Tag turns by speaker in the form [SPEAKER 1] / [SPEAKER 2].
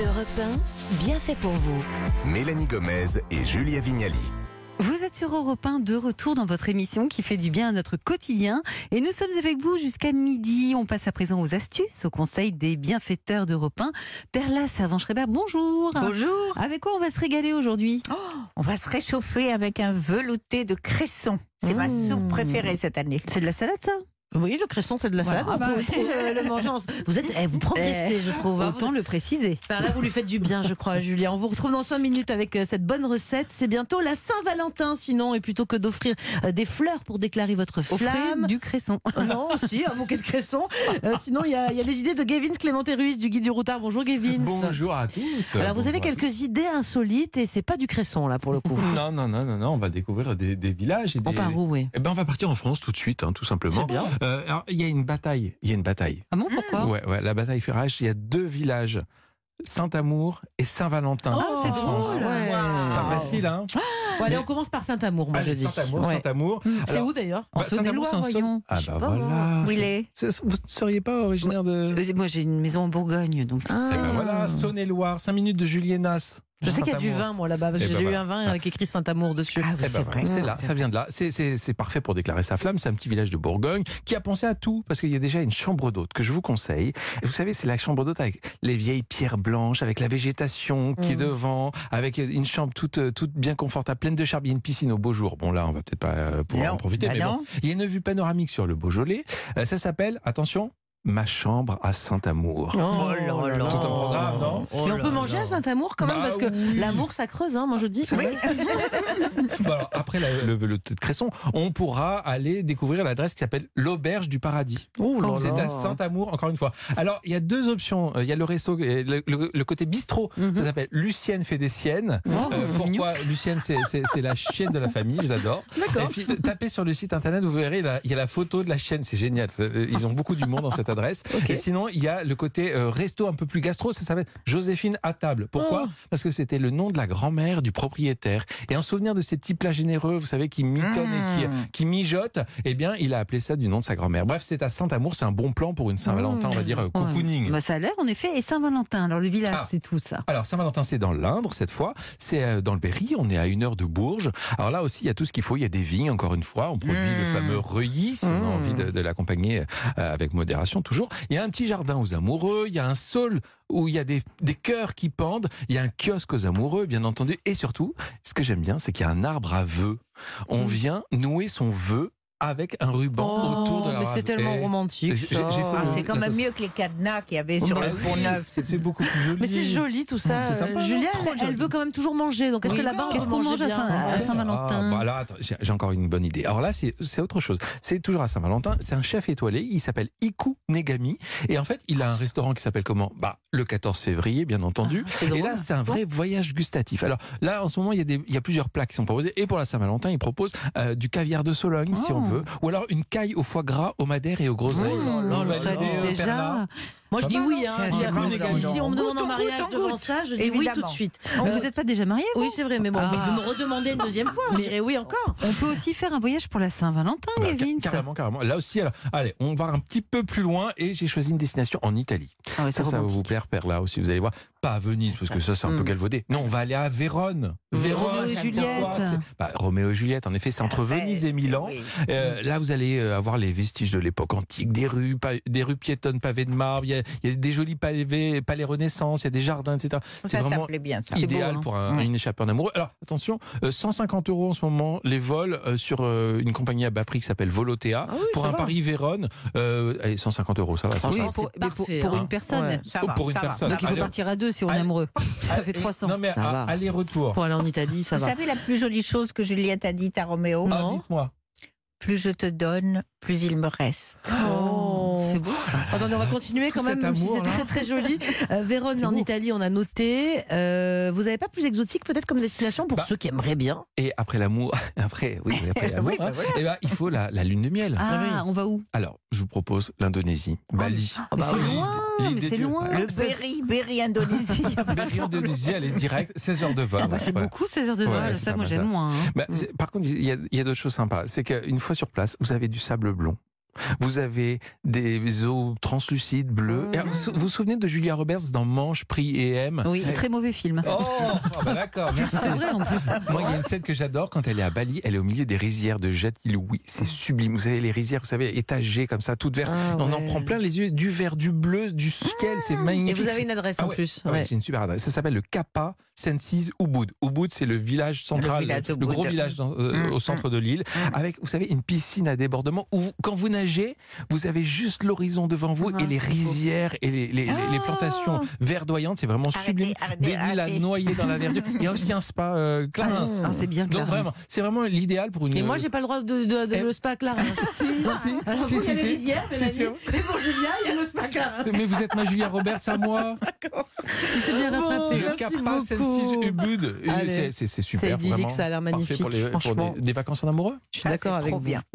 [SPEAKER 1] Europe 1, bien fait pour vous.
[SPEAKER 2] Mélanie Gomez et Julia Vignali.
[SPEAKER 3] Vous êtes sur Europe 1 de retour dans votre émission qui fait du bien à notre quotidien. Et nous sommes avec vous jusqu'à midi. On passe à présent aux astuces, au conseil des bienfaiteurs d'Europe 1. Perla Servan-Schreiber, bonjour.
[SPEAKER 4] Ah.
[SPEAKER 5] Bonjour.
[SPEAKER 3] Avec quoi on va se régaler aujourd'hui
[SPEAKER 5] On va se réchauffer avec un velouté de cresson. C'est ma soupe préférée cette année.
[SPEAKER 3] Mmh. C'est de la salade, ça
[SPEAKER 4] Oui, le cresson, c'est de la
[SPEAKER 3] Voilà.
[SPEAKER 4] salade.
[SPEAKER 3] Ah
[SPEAKER 4] on
[SPEAKER 3] bah
[SPEAKER 4] peut aussi euh, le manger. en- Vous êtes, eh, vous progressez, je trouve. hein.
[SPEAKER 3] Autant le préciser.
[SPEAKER 4] Par là, vous lui faites du bien, je crois, Julia. On vous retrouve dans 5 minutes avec euh, cette bonne recette. C'est bientôt la Saint-Valentin, sinon, et plutôt que d'offrir euh, des fleurs pour déclarer votre
[SPEAKER 3] Offrez
[SPEAKER 4] flamme.
[SPEAKER 3] du cresson.
[SPEAKER 4] Oh Non, si, un bouquet de cresson. Euh, sinon, il y, a il y a les idées de Gavin Clémenté Ruiz du Guide du Routard. Bonjour, Gavin.
[SPEAKER 6] Bonjour à toutes.
[SPEAKER 4] Alors, vous avez
[SPEAKER 6] Bonjour à
[SPEAKER 4] quelques idées insolites et c'est pas du cresson, là, pour le coup.
[SPEAKER 6] tous. Non, non, non, non, non, on va découvrir des, des villages. Et des...
[SPEAKER 4] On
[SPEAKER 3] Ah,
[SPEAKER 4] part où, oui.
[SPEAKER 6] Eh ben, on va partir en France tout de suite, hein, tout simplement.
[SPEAKER 4] C'est bien.
[SPEAKER 6] Euh, alors, il y a une bataille. Il y a une bataille.
[SPEAKER 3] Ah bon, pourquoi
[SPEAKER 6] Ouais, ouais, la bataille fait rage. Il y a deux villages, Saint-Amour et Saint-Valentin.
[SPEAKER 4] Oh,
[SPEAKER 3] Ah, c'est
[SPEAKER 6] en France.
[SPEAKER 3] drôle.
[SPEAKER 4] Ouais.
[SPEAKER 6] Pas facile, hein
[SPEAKER 4] Bon, allez, on commence par Saint-Amour, moi, Ah, je
[SPEAKER 6] Allez,
[SPEAKER 4] dis.
[SPEAKER 6] Saint-Amour,
[SPEAKER 4] Ouais.
[SPEAKER 6] Saint-Amour.
[SPEAKER 4] C'est
[SPEAKER 6] Alors,
[SPEAKER 4] où, d'ailleurs
[SPEAKER 3] En
[SPEAKER 6] Bah, Saint-Amour,
[SPEAKER 3] Saône-et-Loire,
[SPEAKER 6] c'est un sol-
[SPEAKER 3] voyons.
[SPEAKER 6] Ah
[SPEAKER 4] Je sais
[SPEAKER 6] bah
[SPEAKER 4] pas,
[SPEAKER 6] voilà.
[SPEAKER 5] Où il est
[SPEAKER 6] C'est- Vous ne seriez pas originaire de...
[SPEAKER 3] Euh, Moi, j'ai une maison en Bourgogne, donc je
[SPEAKER 6] Eh ben voilà, Saône-et-Loire, 5 minutes de Julienas.
[SPEAKER 4] Ah. Je sais qu'il y a du vin, moi, là-bas. parce que
[SPEAKER 6] Eh
[SPEAKER 4] J'ai
[SPEAKER 6] ben
[SPEAKER 4] eu
[SPEAKER 6] voilà.
[SPEAKER 4] un vin avec écrit Saint-Amour dessus.
[SPEAKER 3] Ah oui,
[SPEAKER 6] Eh ben
[SPEAKER 3] c'est
[SPEAKER 6] voilà,
[SPEAKER 3] vrai.
[SPEAKER 6] c'est là, ça vient de là. C'est- C'est c'est parfait pour déclarer sa flamme. C'est un petit village de Bourgogne qui a pensé à tout parce qu'il y a déjà une chambre d'hôte que je vous conseille. Et vous savez, c'est la chambre d'hôte avec les vieilles pierres blanches, avec la végétation qui est devant, avec une chambre toute, euh, toute bien confortable, pleine de charbes. Il y a une piscine au beau jour. Bon, là, on va peut-être pas euh, pouvoir en
[SPEAKER 5] Non,
[SPEAKER 6] profiter,
[SPEAKER 5] bah
[SPEAKER 6] mais bon.
[SPEAKER 5] non.
[SPEAKER 6] Il y a une vue panoramique sur le Beaujolais. Euh, Ça s'appelle, attention, Ma chambre à Saint-Amour. Oh
[SPEAKER 4] Oh
[SPEAKER 6] Tout un programme, non Oh
[SPEAKER 4] Mais on peut manger à Saint-Amour quand même,
[SPEAKER 6] Bah
[SPEAKER 4] parce que
[SPEAKER 6] oui.
[SPEAKER 4] l'amour, ça creuse, hein, moi je dis.
[SPEAKER 6] Bon, alors, après la- le velouté de Cresson, on pourra aller découvrir l'adresse qui s'appelle l'Auberge du Paradis.
[SPEAKER 3] Oh
[SPEAKER 6] C'est à Saint-Amour, encore une fois. Alors, il y a deux options. Euh, Il y a le resto, euh, le, le- le côté bistrot. Ça s'appelle Lucienne fait des siennes. Euh, pourquoi Lucienne, c'est- c'est c'est la chienne de la famille, je l'adore. Et puis, euh, tapez sur le site internet, vous verrez, là, il y a la photo de la chienne, c'est génial. Euh, Ils ont beaucoup d'humour dans cette adresse. Et sinon, il y a le côté euh, resto un peu plus gastro, ça s'appelle Joséphine à table. Pourquoi
[SPEAKER 3] Oh.
[SPEAKER 6] Parce que c'était le nom de la grand-mère du propriétaire. Et en souvenir de ces petits plats généreux, vous savez, qui mitonnent
[SPEAKER 3] Mmh.
[SPEAKER 6] et qui, qui mijotent, eh bien, il a appelé ça du nom de sa grand-mère. Bref, c'est à Saint-Amour, c'est un bon plan pour une Saint-Valentin, on va dire, euh,
[SPEAKER 3] Ouais.
[SPEAKER 6] cocooning.
[SPEAKER 3] Bah, ça a l'air, en effet. Et Saint-Valentin, alors le village,
[SPEAKER 6] Ah.
[SPEAKER 3] c'est tout ça.
[SPEAKER 6] Alors Saint-Valentin, c'est dans l'Indre cette fois, c'est euh, dans le Berry, on est à une heure de Bourges. Alors là aussi, il y a tout ce qu'il faut, il y a des vignes encore une fois, on produit le fameux reuilly, si on a envie de, de l'accompagner euh, avec modération toujours. Il y a un petit jardin aux amoureux, il y a un sol où il y a des, des cœurs qui pendent, il y a un kiosque aux amoureux, bien entendu, et surtout, ce que j'aime bien, c'est qu'il y a un arbre à vœux. On vient nouer son vœu avec un ruban autour de la
[SPEAKER 4] Oh, mais c'est tellement romantique.
[SPEAKER 6] j'ai- j'ai
[SPEAKER 4] ça.
[SPEAKER 6] fait
[SPEAKER 5] Ah,
[SPEAKER 6] le-
[SPEAKER 5] c'est quand même mieux que les cadenas qu'il y avait sur le pont neuf.
[SPEAKER 6] Oh, C'est beaucoup plus joli.
[SPEAKER 4] Mais c'est joli tout ça.
[SPEAKER 6] C'est sympa,
[SPEAKER 4] Euh,
[SPEAKER 6] non
[SPEAKER 4] Julia,
[SPEAKER 6] Trop
[SPEAKER 4] elle,
[SPEAKER 6] joli.
[SPEAKER 4] veut quand même toujours manger. Donc est-ce
[SPEAKER 3] Oui.
[SPEAKER 4] que là-bas,
[SPEAKER 3] Qu'est-ce
[SPEAKER 4] on
[SPEAKER 3] qu'on
[SPEAKER 4] mange
[SPEAKER 3] mange à Saint- à Saint-Valentin
[SPEAKER 6] Ah, bah alors, attends, j'ai j'ai encore une bonne idée. Alors là, c'est c'est autre chose. C'est toujours à Saint-Valentin. C'est un chef étoilé. Il s'appelle Iku Negami. Et en fait, il a un restaurant qui s'appelle comment Bah, le 14 février, bien entendu.
[SPEAKER 3] Ah,
[SPEAKER 6] et là, c'est un vrai voyage gustatif. Alors là, en ce moment, il y a, des, il y a plusieurs plats qui sont proposés. Et pour la Saint-Valentin, il propose euh, du caviar de Sologne, si
[SPEAKER 3] Ah.
[SPEAKER 6] on veut. Ou alors une caille au foie gras, au madère et aux groseilles.
[SPEAKER 3] Mmh,
[SPEAKER 6] Vous
[SPEAKER 3] ça existe
[SPEAKER 6] validez, euh, Perla
[SPEAKER 3] déjà.
[SPEAKER 4] Moi je dis
[SPEAKER 5] Pas
[SPEAKER 4] oui.
[SPEAKER 5] mal,
[SPEAKER 4] hein.
[SPEAKER 5] c'est-
[SPEAKER 6] c'est
[SPEAKER 4] Si-
[SPEAKER 6] bon,
[SPEAKER 4] Si
[SPEAKER 6] c'est
[SPEAKER 4] on me
[SPEAKER 5] bon.
[SPEAKER 4] demande en
[SPEAKER 5] On goûte,
[SPEAKER 4] mariage
[SPEAKER 5] on
[SPEAKER 4] devant
[SPEAKER 5] goûte.
[SPEAKER 4] ça, je dis oui tout de
[SPEAKER 5] Évidemment.
[SPEAKER 4] suite. Euh,
[SPEAKER 3] Vous n'êtes pas déjà marié
[SPEAKER 4] Oui, c'est vrai, mais bon,
[SPEAKER 3] Ah.
[SPEAKER 4] vous me redemandez une deuxième fois. Je dirais oui encore.
[SPEAKER 3] On peut aussi faire un voyage pour la Saint-Valentin,
[SPEAKER 6] Bah, ca-
[SPEAKER 3] Gavin. Ah, ça.
[SPEAKER 6] carrément, carrément. Là aussi, alors, allez, on va un petit peu plus loin et j'ai choisi une destination en Italie.
[SPEAKER 3] Ah ouais, c'est
[SPEAKER 6] Ça, ça va
[SPEAKER 3] romantique.
[SPEAKER 6] vous plaire, Perla, aussi, vous allez voir. Pas à Venise, parce que ça, c'est un peu galvaudé. Non, on va aller à Vérone. Vérone,
[SPEAKER 3] Mmh. Roméo et
[SPEAKER 6] pourquoi
[SPEAKER 3] Juliette.
[SPEAKER 6] C'est- bah, Roméo et Juliette, en effet, c'est entre Venise et Milan.
[SPEAKER 5] Ah, bah, Oui.
[SPEAKER 6] Euh, là, vous allez euh, avoir les vestiges de l'époque antique, des rues, pa- des rues piétonnes pavées de marbre, il y, a- il y a des jolis palais, palais Renaissance, il y a des jardins, etc. C'est
[SPEAKER 5] Ça, ça
[SPEAKER 6] vraiment
[SPEAKER 5] me plaît bien, ça.
[SPEAKER 6] idéal
[SPEAKER 3] beau, hein.
[SPEAKER 6] pour un, une échappée en amoureux. Alors attention, euh, 150 euros en ce moment les vols euh, sur euh, une compagnie à bas prix qui s'appelle
[SPEAKER 3] Ah
[SPEAKER 6] Volotea pour un Paris Vérone. euh, allez, 150 euros, ça va. ça
[SPEAKER 3] Oui,
[SPEAKER 6] va.
[SPEAKER 4] Franchement,
[SPEAKER 3] pour,
[SPEAKER 4] c'est
[SPEAKER 3] mais pour-
[SPEAKER 4] parfait,
[SPEAKER 3] pour
[SPEAKER 4] hein.
[SPEAKER 3] une personne.
[SPEAKER 5] Ouais, ça va,
[SPEAKER 6] Oh, Pour une
[SPEAKER 5] ça va.
[SPEAKER 6] personne.
[SPEAKER 3] Donc il faut
[SPEAKER 6] Allez.
[SPEAKER 3] partir à deux si on est
[SPEAKER 6] Allez.
[SPEAKER 3] amoureux. Ça fait 300.
[SPEAKER 6] Non mais
[SPEAKER 3] Ça va.
[SPEAKER 6] à- aller-retour.
[SPEAKER 4] Pour aller en Italie, ça
[SPEAKER 5] Vous
[SPEAKER 4] va.
[SPEAKER 5] savez la plus jolie chose que Juliette a dite à Roméo
[SPEAKER 6] Ah, dites-moi.
[SPEAKER 5] Plus je te donne, plus il me reste.
[SPEAKER 4] Oh.
[SPEAKER 3] C'est beau.
[SPEAKER 4] Attendez, on va continuer
[SPEAKER 6] Tout
[SPEAKER 4] quand même,
[SPEAKER 6] cet
[SPEAKER 4] même si c'est
[SPEAKER 6] amour, là.
[SPEAKER 4] très très joli. Euh, Vérone en Italie, on a noté. Euh, vous n'avez pas plus exotique peut-être comme destination pour
[SPEAKER 6] Bah.
[SPEAKER 4] ceux qui aimeraient bien
[SPEAKER 6] Et après l'amour, après, oui, après l'amour, hein, eh ben, il faut la, la lune de miel.
[SPEAKER 3] Ah, on va où
[SPEAKER 6] Alors, je vous propose l'Indonésie, Bali.
[SPEAKER 3] bah
[SPEAKER 6] l'île-
[SPEAKER 3] c'est loin,
[SPEAKER 6] Ah l'île
[SPEAKER 3] mais
[SPEAKER 6] des
[SPEAKER 3] c'est
[SPEAKER 6] dieux. Ah bah,
[SPEAKER 3] loin.
[SPEAKER 4] Ah,
[SPEAKER 6] Alors,
[SPEAKER 5] Le Berry, Berry Indonésie.
[SPEAKER 6] Berry Indonésie, elle est directe, 16 heures de vol.
[SPEAKER 3] Ah bah, c'est
[SPEAKER 6] Ouais.
[SPEAKER 3] beaucoup 16 heures de
[SPEAKER 6] Ouais,
[SPEAKER 3] vol,
[SPEAKER 6] c'est
[SPEAKER 3] ça
[SPEAKER 6] pas
[SPEAKER 3] moi
[SPEAKER 6] mal,
[SPEAKER 3] j'aime
[SPEAKER 6] ça.
[SPEAKER 3] moins. hein.
[SPEAKER 6] Bah, c'est- par contre, il y a, il y a d'autres choses sympas. C'est qu'une fois sur place, vous avez du sable blond. Vous avez des eaux translucides bleues.
[SPEAKER 3] Ah.
[SPEAKER 6] Et alors, vous vous souvenez de Julia Roberts dans Manche, Prix et M
[SPEAKER 3] Oui, très mauvais film.
[SPEAKER 6] Oh, ah bah d'accord, merci.
[SPEAKER 3] C'est vrai en plus.
[SPEAKER 6] Moi, il y a une scène que j'adore quand elle est à Bali. Elle est au milieu des rizières de Jatilouis. C'est sublime. Vous savez, les rizières, vous savez, étagées comme ça, toutes vertes.
[SPEAKER 4] Oh. Ah
[SPEAKER 6] On en
[SPEAKER 4] ouais. Ah.
[SPEAKER 6] prend plein les yeux. Du vert, du bleu, du ciel. C'est
[SPEAKER 4] Et
[SPEAKER 6] magnifique.
[SPEAKER 4] vous avez une adresse
[SPEAKER 6] Ah
[SPEAKER 4] en
[SPEAKER 6] ouais,
[SPEAKER 4] plus.
[SPEAKER 6] Ah ouais,
[SPEAKER 4] ouais.
[SPEAKER 6] c'est une super adresse. Ça s'appelle le Kappa Sensis Ubud. Ubud, c'est le village central,
[SPEAKER 5] village
[SPEAKER 6] le,
[SPEAKER 5] d'Ubud.
[SPEAKER 6] gros village dans- euh,
[SPEAKER 4] Mmh,
[SPEAKER 5] Mm,
[SPEAKER 6] au centre de l'île, avec, vous savez, une piscine à débordement où, vous- quand vous nagez, vous avez juste l'horizon devant vous
[SPEAKER 4] Ah,
[SPEAKER 6] et les
[SPEAKER 4] c'est beau. Ah.
[SPEAKER 6] rizières et les, les- les- les plantations verdoyantes. C'est vraiment sublime. Des
[SPEAKER 5] arrêtez,
[SPEAKER 6] villes à
[SPEAKER 5] arrêtez.
[SPEAKER 6] noyer dans la verdure. Il y a aussi un spa euh, Clarins.
[SPEAKER 3] Ah, c'est bien
[SPEAKER 6] Donc
[SPEAKER 3] Clarence.
[SPEAKER 6] vraiment, c'est vraiment l'idéal pour une.
[SPEAKER 4] Et moi, j'ai pas le droit de, de- de-
[SPEAKER 6] Euh, Eh,
[SPEAKER 4] le spa Clarins.
[SPEAKER 6] si, si,
[SPEAKER 4] Alors,
[SPEAKER 6] si,
[SPEAKER 4] vous, il
[SPEAKER 6] si,
[SPEAKER 4] y a les
[SPEAKER 6] si.
[SPEAKER 4] rizières,
[SPEAKER 6] C'est
[SPEAKER 4] Mélanie.
[SPEAKER 6] sûr.
[SPEAKER 4] Et pour Julia, il y a le spa Clarins.
[SPEAKER 6] Mais vous êtes ma Julia Roberts à moi.
[SPEAKER 3] Tu sais bien
[SPEAKER 4] Bon,
[SPEAKER 3] rattrapé.
[SPEAKER 4] merci
[SPEAKER 6] Le Kappa
[SPEAKER 4] beaucoup.
[SPEAKER 6] Sensis Ubud.
[SPEAKER 4] Allez.
[SPEAKER 6] C'est- C'est c'est
[SPEAKER 4] C'est
[SPEAKER 6] super,
[SPEAKER 4] idyllique,
[SPEAKER 6] vraiment.
[SPEAKER 4] ça a l'air
[SPEAKER 6] Parfait
[SPEAKER 4] magnifique.
[SPEAKER 6] pour, les, pour
[SPEAKER 4] franchement,
[SPEAKER 6] des, des vacances en amoureux
[SPEAKER 4] je suis d'accord
[SPEAKER 5] c'est
[SPEAKER 6] Ah,
[SPEAKER 4] avec
[SPEAKER 5] trop
[SPEAKER 4] vous.
[SPEAKER 5] bien.